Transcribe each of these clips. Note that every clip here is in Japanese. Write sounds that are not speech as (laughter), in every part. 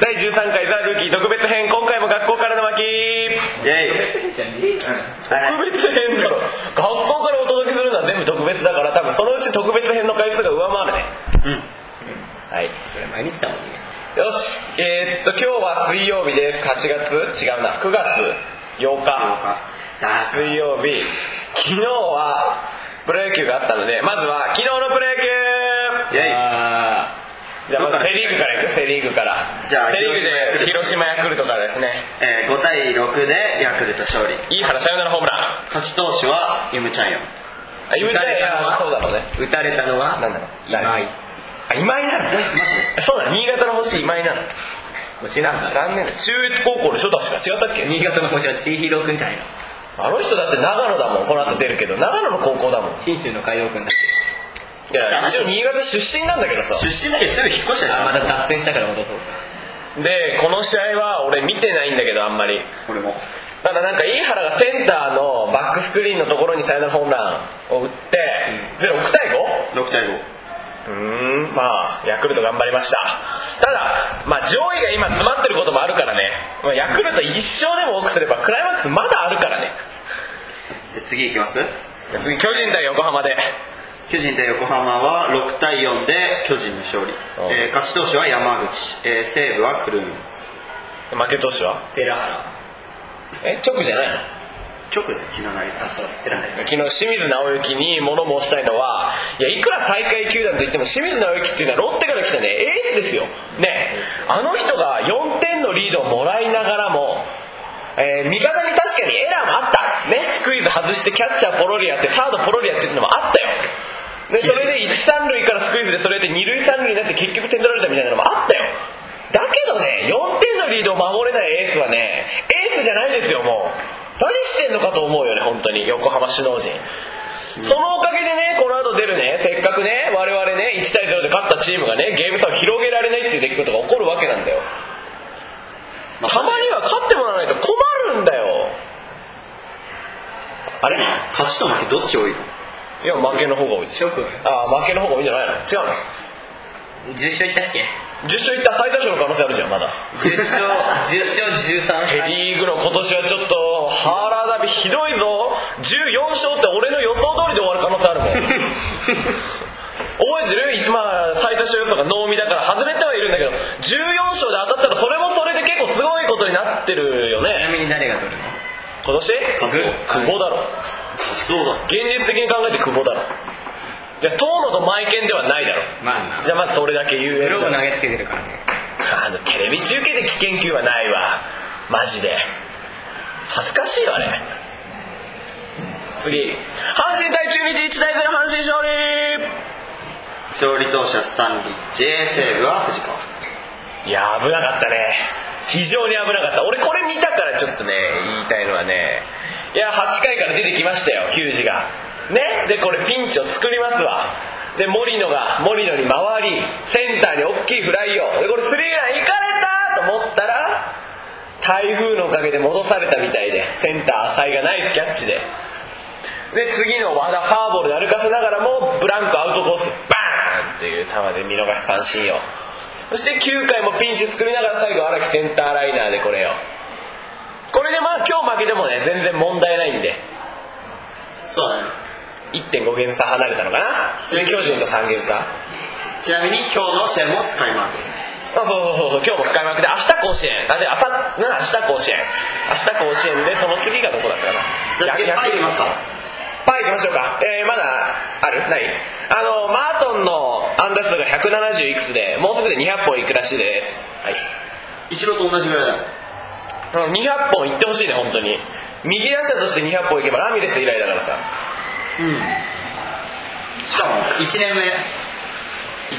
第13回ザ・ルーキー特別編今回も学校からの巻イェイ特別編の学校からお届けするのは全部特別だから多分そのうち特別編の回数が上回るねうんはいそれ毎日だもんねよしえー、っと今日は水曜日です8月違うな9月8日だ水曜日昨日はプロ野球があったのでまずは昨日のプロ野球イェじゃあまずセ・リーグからいくセ・リーグからじゃあセ・リーグで広島ヤクルトからですねえー、5対6でヤクルト勝利いい話サヨナラホームラン勝ち投手はイムチャンヨンあ、言うて誰かなそうだろうね。打たれたのはなんだろう。今井あ、今井なのマジでそうだ、新潟の星今井なの。星なんだ残念だ。中高校の人たちが違ったっけ新潟の星は千尋くんじゃないのあの人だって長野だもん。この後出るけど、長野の高校だもん。信州の海洋くんだいや、一応新潟出身なんだけどさ。出身だけどすぐ引っ越したでしょまだ脱線したから戻そうで、この試合は俺見てないんだけど、あんまり。俺もただなんか、飯原がセンターのバックスクリーンのところにサヨナラホームランを打って、で、6対 5? 6対5うーん、まあ、ヤクルト頑張りました。ただ、まあ、上位が今詰まってることもあるからね、まあ、ヤクルト一勝でも多くすれば、クライマックスまだあるからね。で次いきます次、巨人対横浜で。巨人対横浜は6対4で巨人の勝利、うんえー勝ち投手は山口、えー西武はクルーン負け投手は寺原え、直じゃないの直で昨日投げたあそう寺原昨日、清水直之に物申したいのは、いや、いくら最下位球団といっても、清水直之っていうのはロッテから来たね、エースですよ。ね、あの人が4点のリードをもらいながらも、えー味方に確かにエラーもあった。ね、スクイズ外してキャッチャーポロリやって、サードポロリやってってのもあったよ。で、それで1、3塁からスクイズでそれで2塁、3塁になって結局点取られたみたいなのもあったよ。だけどね、4点のリードを守れないエースはね、エースじゃないですよ、もう。何してんのかと思うよね、本当に、横浜首脳陣。そのおかげでね、この後出るね、せっかくね、我々ね、1対0で勝ったチームがね、ゲーム差を広げられないっていう出来事が起こるわけなんだよ。たまには勝ってもらわないと困るんだよ。あれい勝ちと負けどっち多いのや、負けの方が多いですよ。ああ、負けの方が多いんじゃないの違うの10勝いったっけ ?10 勝いった最多勝の可能性あるじゃん、まだ。 10勝10勝セ・リーグの今年はちょっと、ハーラーダビひどいぞ。14勝って俺の予想通りで終わる可能性あるもん。覚えてる今、最多勝予想が能見だから外れてはいるんだけど、14勝で当たったらそれもそれで結構すごいことになってるよちね。なみに誰が取るの今年カズ久保だろ。そうだ現実的に考えて久保だろ。じゃあ、遠野とマイケンではないだろ。まあじゃあまずそれだけ言えグるローブ投げつけてるからねあのテレビ中継で危険球はないわマジで恥ずかしいわあれ次阪神対中日1対0阪神勝利勝利投手はスタンリー J 西武は藤川いや危なかったね非常に危なかった俺これ見たからちょっとね言いたいのはねいや8回から出てきましたよヒュージがねでこれピンチを作りますわで森野が森野に回りセンターに大きいフライをでこれスリーランいかれたと思ったら台風のおかげで戻されたみたいでセンター浅井がナイスキャッチでで次の和田ファーボールで歩かせながらもブランクアウトコースバーンっていう球で見逃し三振をそして9回もピンチ作りながら最後荒木センターライナーでこれをこれでまあ今日負けてもね全然問題ないんでそうだね1.5ゲーム差離れたのかなそれで巨人と3ゲーム差ちなみに今日の試合もスカイマークですあそうそうそうそう今日も使いまくって明日甲子園あじゃあ明日明日甲子園明日甲子園でその次がどこだったかなじゃあパイいきますかパイ行きましょうか。えー、まだあるないあの、マートンのアンダースが170いくつで、もうすぐで200本いくらしいです。はい。一郎と同じぐらいだ200本いってほしいね、本当に。右打者として200本いけばラミレス以来だからさ。うんしかも1年目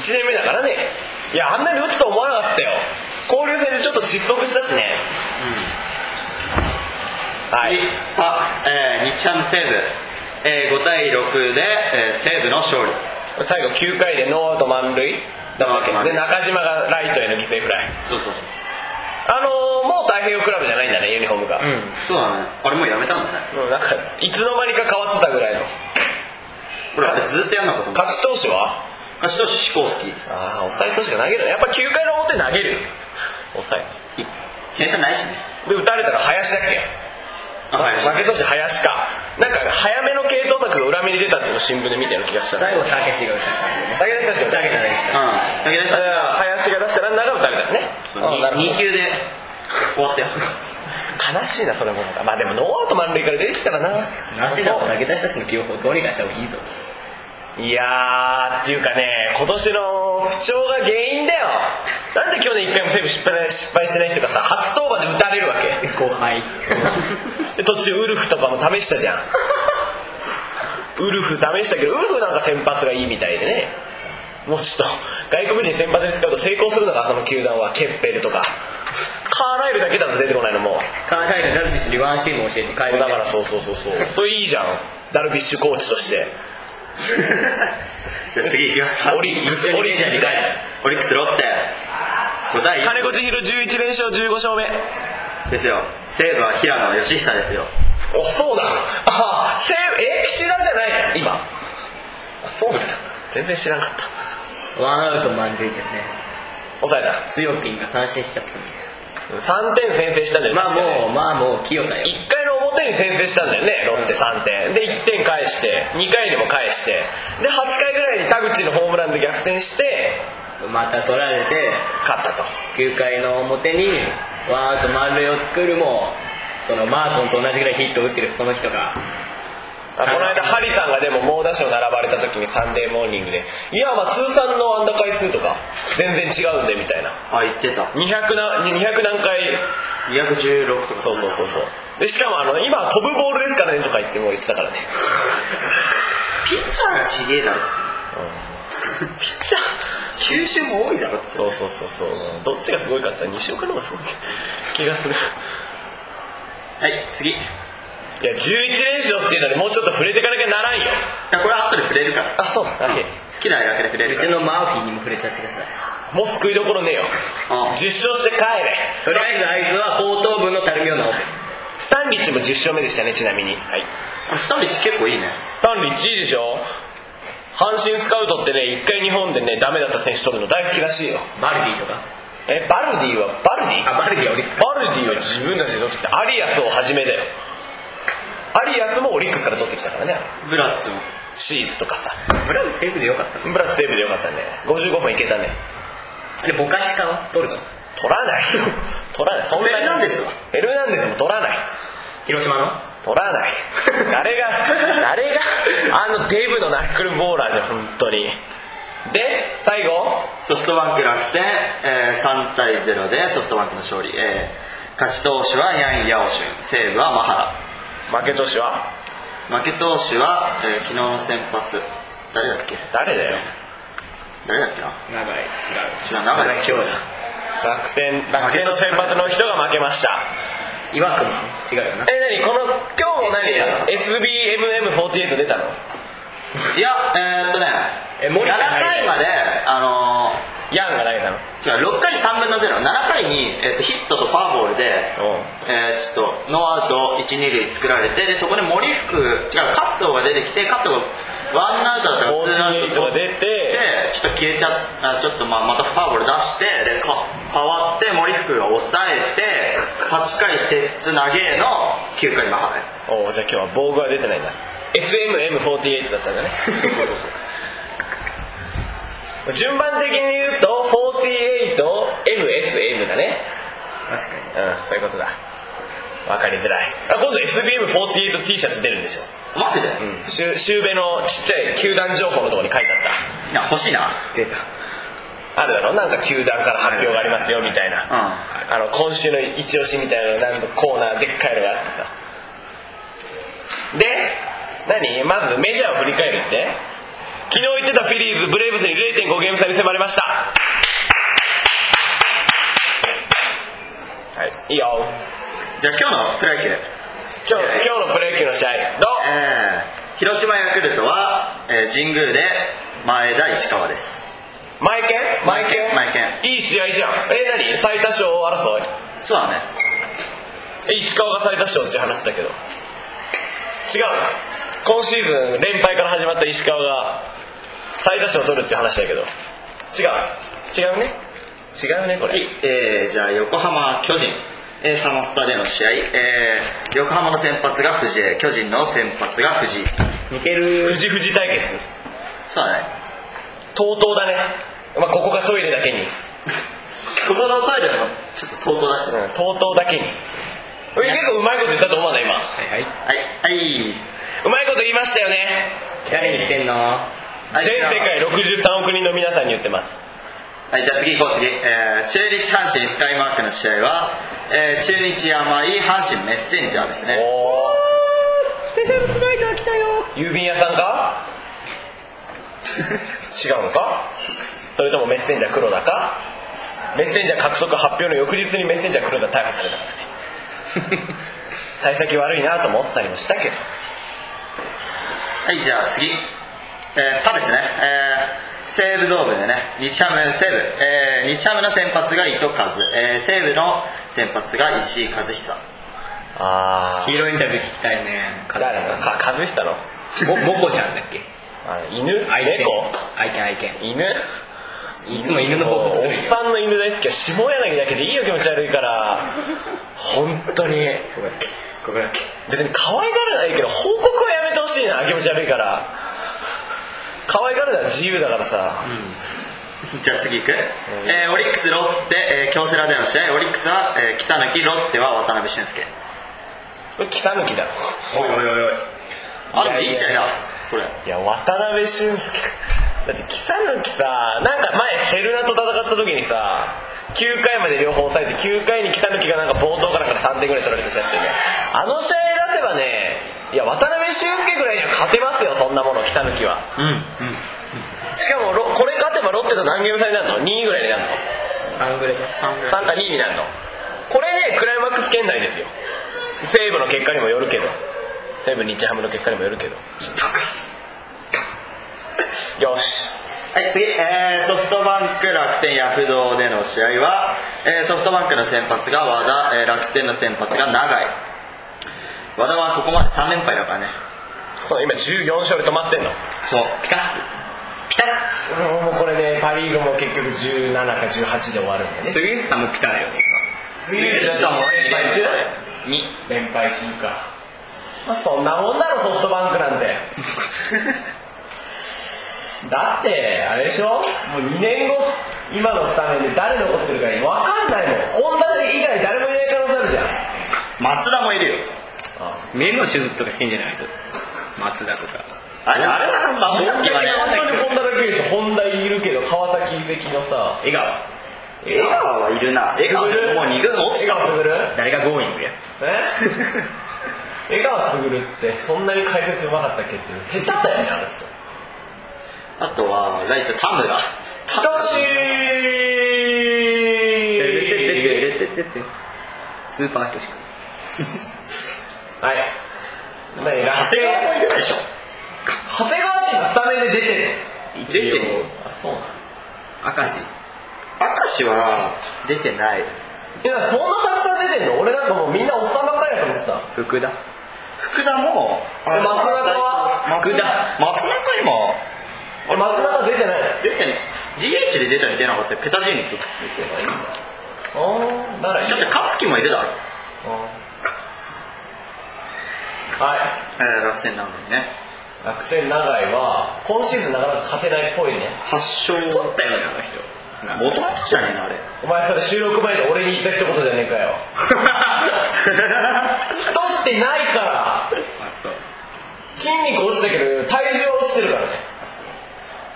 1年目だからね。いや、あんなに打つと思わなかったよ。交流戦でちょっと失速したしね。はい。あ、えー、日ハム西武、えー、5対6で、えー、西武の勝利最後9回でノーアウト満塁だわけ満で塁中島がライトへの犠牲フライそうそうあのー、もう太平洋クラブじゃないんだねユニフォームが、うんそうだねあれもうやめたんだねうん、なんかいつの間にか変わってたぐらいの俺あれずっとやんなかと思った勝ち投手は勝ち投手志向好きああ抑え投手が投げるねやっぱ9回の表投げるよ抑はい点差ないしねで打たれたら林だっけあ林負け投手林かなんか早めの系統策が裏目に出たっていうのを新聞で見たような気がした最後たけしが打ったんだよねだけです確かだにけじゃないでうすんだだけどかから林が出したランナーが打たれたねあなるほど2球で終わったよ悲しいなそれもなんかまあでもノーアウト満塁から出てきたらな梨田も投げ出したしの記憶をどうにかした方がいいぞいやーっていうかね今年の不調が原因だよなんで去年一回もセーブ失敗失敗してない人がさ初登板で打たれるわけ後輩で途中ウルフとかも試したじゃんウルフ試したけどウルフなんか先発がいいみたいでねもうちょっと外国人先発で使うと成功するのがその球団はケッペルとかカーライルだけだと出てこないのもうカーライルダルビッシュにワンシーム教えて帰だるかだからそうそうそうそうそれいいじゃんダルビッシュコーチとしてじゃあ次いきますかオリックス一緒オにリメッジャクースに帰るオリックスロッテ5対金子千尋11連勝15勝目1ですよ西武は平野義久ですよおそうだああ西武え岸田じゃない今あそうなんだ全然知らなかったワンアウト満塁でね抑えた強ピンが三振しちゃったんだよ3点先制したんだよねま確かねあもうまあもう清田よ1回の表に先制したんだよねロッテ3点で1点返して2回にも返してで8回ぐらいに田口のホームランで逆転してまた取られて勝ったと9回の表にワンアウト満塁を作るもそのマートンと同じぐらいヒットを打ってるその人があこの間ハリさんがでも猛打賞並ばれた時に「サンデーモーニングで」いやまあ通算の安打回数とか全然違うんで」みたいなあ言ってた200な200何回216とかそうそうそうそうでしかもあの今は飛ぶボールですからねとか言ってもう言ってたからねピッチャーがちげえだろ (laughs) ピッチャー球種も多いだろそうそうそうそうどっちがすごいかって言ったら西岡の方がすごい気がするはい次いいや11連勝っていうのにもうちょっと触れていかなきゃならんよやこれは後で触れるからあそうなんで嫌いだけで触れうるかちらのマーフィーにも触れちゃってくださいもう救いどころねえよあ10勝して帰れとりあえずあいつは後頭部のたるみを直せスタンリッチも10勝目でしたねちなみにはいスタンリッチ結構いいねスタンリッチいいでしょ阪神スカウトってね一回日本でねダメだった選手取るの大好きらしいよバルディとかえバルディはバルディあバルディはオリックスバルディは自分たちで取ってきたアリアスをはじめだよアリアスもオリックスから取ってきたからねブラッツもシーズとかさブラウンセーブでよかったブラスセーブでよかったね55分いけたねあれボカシカは取るの取らないよ取らないそんなエルナンデスはエルナンデスも取らない広島の取らない誰が誰があのデブのナックルボーラーじゃん本当にで最後ソフトバンク楽天、えー、3対0でソフトバンクの勝利、えー勝ち投手はヤン・ヤオシュン西武はマハ負け投手はラ負け投手は、えー昨日の先発誰だっけ誰だよ誰だっけな長い違う違う長井井京だ楽天楽天の先発の人が負けました岩熊違うよなえ何この今日も何 SBMM48 出たのいやえー、っとねえ森田7回まであヤンが投げたののー違う6回3分の07回に、えーっとヒットとフォアボールでうんえーちょっとノーアウト一二塁作られてでそこで森福違う加藤が出てきて加藤がワンアウトだったらツーアウ48トが出てでちょっと消えちゃったちょっとまあまたフォアボール出してでか変わって森福が抑えて8回接つ投げの9回マハねおおじゃあ今日は防具は出てないんだ SMM48 だったん (laughs) だね順番的に言うと 48MSM だね確かうんそういうことだわかりづらいあ今度 SBM48T シャツ出るんでしょマジで、いうんしゅシュウベのちっちゃい球団情報のところに書いてあっや欲しいなに出たたあるだろなんか球団から発表がありますよみたいな、あの今週の一押しみたいななんかコーナーでっかいのがあってさで何まずメジャーを振り返るって昨日言ってたフィリーズブレイブスに0.5ゲーム差に迫りましたはいいいよじゃあ今日のプロ野球今日今日のプロ野球の試合どうえー、広島ヤクルトは、えー神宮で前田石川です前剣前剣前剣いい試合じゃんえ何最多勝争いそうだねえ石川が最多勝っていう話だけど違う今シーズン連敗から始まった石川が最多勝を取るっていう話だけど違う違うね違うねこはいれ、えー、じゃあ横浜巨人、えー、ハマスタでの試合、えー、横浜の先発が藤江巨人の先発が藤井似てる富士富士対決そうだねとうとうだね、まあ、ここがトイレだけにここのトイレもちょっと投稿だしねとうとうだけに俺結構うまいこと言ったと思うな今うはいはいはいはいまいこと言いましたよね誰に言ってんのは全い世界63億人の皆さんに言ってますはい、じゃあ次行こう次、えー、中日阪神スカイマークの試合は、えー、中日山井阪神メッセンジャーですおねおスペシャルスライダー来たよ郵便屋さんか違うのかそれともメッセンジャー黒田かメッセンジャー獲得発表の翌日にメッセンジャー黒田逮捕されたからね幸先悪いなとも思ったりもしたけどはいじゃあ次、えー、パですね、えー、西武ドームでね日ハム西武、えー、日ハムの先発が伊藤和、えー、西武の先発が石井和久あヒーローインタビュー聞きたいねあ誰だか和久のももこちゃんだっけあ犬猫愛犬愛犬愛犬犬いつも犬の報告すおるっよさんの犬大好きは下柳だけでいいよ気持ち悪いから本当にここだっけここだっけ別に可愛がるないけど報告はやめてほしいな気持ち悪いから可愛がるのは自由だからさ、じゃあ次行く、えー、オリックスロッテ、えー、京セラでの試合オリックスは、えー、北抜きロッテは渡辺俊介これ北抜きだろおいおいおいおいあでもいい試合だこれいや渡辺俊介だって北抜きさなんか前セルナと戦った時にさ9回まで両方抑えて9回に北抜きがなんか冒頭からなんか3点ぐらい取られてしちゃってねあの試合出せばねいや渡辺俊介ぐらいには勝てますよそんなもの北抜きはうんうんしかもロこれ勝てばロッテと何ゲーム差になるの2位ぐらいになるのサングレだ3 3か2になるのこれねクライマックス圏内ですよ西武の結果にもよるけど西武日ハムの結果にもよるけどよしはい、次、えー、ソフトバンク、楽天、ヤフドでの試合は、えー、ソフトバンクの先発が和田、えー、楽天の先発が長井。和田はここまで3連敗だからね。そう今14勝で止まってんのそう。ピカピタうんもうこれねパ・リーグも結局17か18で終わるんだッ杉内さんもピタだよねッ杉内さんも連敗中に。連敗中かまあそんなもんだろソフトバンクなんて (laughs) だってあれでしょもう2年後今のスタメンで誰残ってるかわかんないもん本田以外誰もいない可能性あるじゃん松田もいるよ。あ目の手術とかしてんじゃないと松田とかあれ、あれは、まあ、本本気は当にね。本田だけでしょ本田いるけど川崎移籍のさ笑顔笑顔はいるな。笑顔もう2軍落ち江た。川卓誰がゴーイングやえ江川卓ってそんなに解説うまかったっけっていう下手だよねあの人あとは、ライト、田村。ひとしスーパー巨人はい何ラ長谷川もいるでしょ。長谷川って今スタメンで出てる出てる。あそうなん明石明石は、出てないい。やそんなたくさん出てんの俺なんかもうみんなおっさんばっかりだと思ってた福田福田も、あれ松中は松中松中今、俺松中出てない出てん DH で出たり出なかったりペタジーニとち出てないんだああならいいょやっと勝樹もいるだあろ、ーはいえー、楽天なのにね楽天長井は今シーズンなかなか勝てないっぽいね8勝取ったよねあの人な元々じゃねえのあれお前それ収録前で俺に言った一言じゃねえかよ太ってないからあそう筋肉落ちたけど体重は落ちてるからね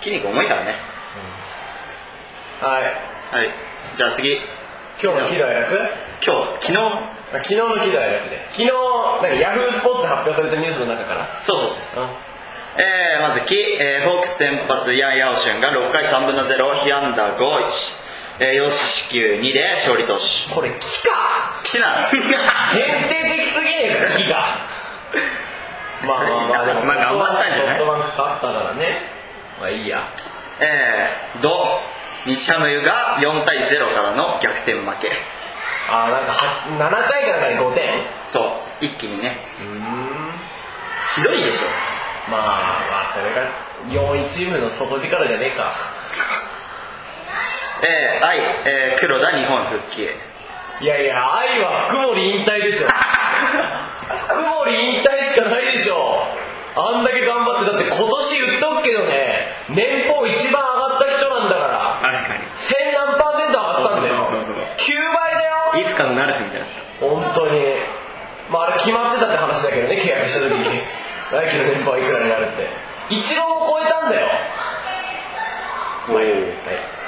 筋肉重いからねはいはいじゃあ次今日の喜怒哀楽今日昨日昨日の喜怒哀楽で昨日なんかヤフースポーツで発表されたニュースの中からそうそううえー、まず木、えー、ホークス先発ヤン・ヤオシュンが6回3分の0被安打5 1えー、四四球2で勝利投手んこれ木か木なの限定的すぎねえか (laughs) 木がまあまあまあでもまあ頑張ったんじゃないソフトバンク勝ったからねまあいいや (laughs) えー、ド日ハムが4対0からの逆転負けあーなんかは7回から5点そう一気にねうーんひどいでしょまあまあそれが4位チームの底力じゃねえかえー、愛、えー、黒田日本復帰いやいや愛は福森引退でし (laughs) ょ福森引退しかないでしょあんだけ頑張ってだって今年言っとくけどね年俸一番上がった人なんだから確かに千何パーセント上がったんだよそうそうそうそう9倍だよいつかのナルスみたいな本当にまああれ決まってたって話だけどね契約した時 (laughs) に来季の年俸はいくらになるってイチローを超えたんだよおはい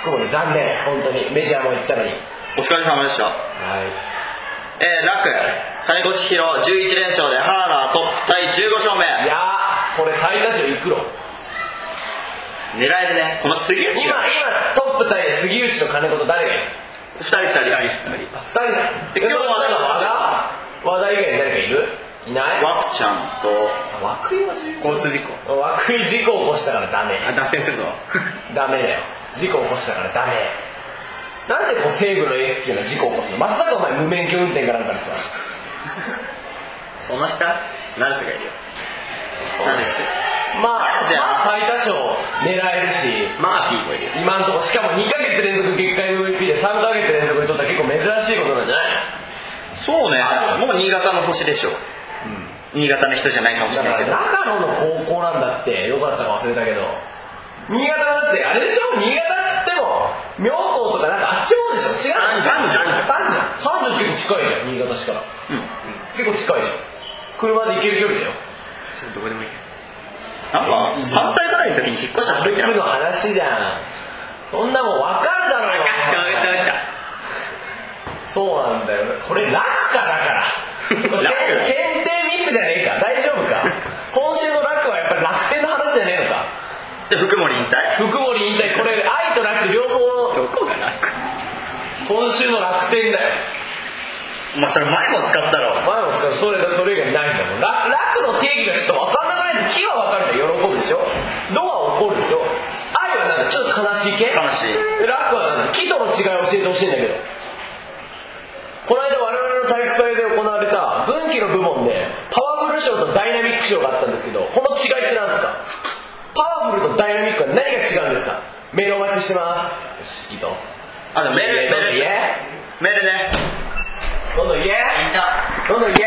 福森残念本当にメジャーも行ったのにお疲れ様でしたはいえー、楽金越弘11連勝でハーラートップ対15勝目いやーこれ最多勝いくろ狙えるねこの杉今内今がトップ対杉内と金子と誰がいる2人2人2人あ二人だで今日は和田和田以外に誰かいるいないワクちゃんと涌井は事交通事故故涌井事故起こしたからダメあ脱線するぞダメだよ事故起こしたからダメなんでこう西武のエースっていうのは事故起こすのまさかお前無免許運転かなんかでさその下ナルスがいるよ何ですまあ、そうやなまあ最多勝狙えるしマーフィーもいるよ今んとこしかも2ヶ月連続月間 MVP で3ヶ月連続で取ったら結構珍しいことなんじゃないのそうねもう新潟の星でしょ、新潟の人じゃないかもしだれかないけどら長野の高校なんだってよかったか忘れたけど新潟だってあれでしょ新潟っつっても妙高とかなんかあっちもでしょ違う三条三条三条結構近いじゃん新潟市からうん結構近いじゃん車で行ける距離だよちょっとどこでもいいなんか3歳ぐらいの時に引っ越した歩時くだの話じゃんそんなもん分かるだろう分かっそうなんだよこれ楽かだから楽選定ミスじゃねえか大丈夫か今週の楽はやっぱり楽天の話じゃねえのかで福森引退福森引退これ愛と楽両方どこが楽今週の楽天だよまあそれ前も使ったろ前もさそれそれ以外ないんだもんら楽の定義がちょっと分かんなくない木は分かるんだ喜ぶでしょドは怒るでしょ愛はなんかちょっと悲しい系悲しい楽はなんだ木との違いを教えてほしいんだけどこの間我々の体育祭で行われた軍旗の部門でパワフル賞とダイナミック賞があったんですけどこの違いって何ですかパワフルとダイナミックは何が違うんですかメールお待ちしてますよしいいとあでもメールメーどんどん言ルえメールねどんどん言えどんどん言え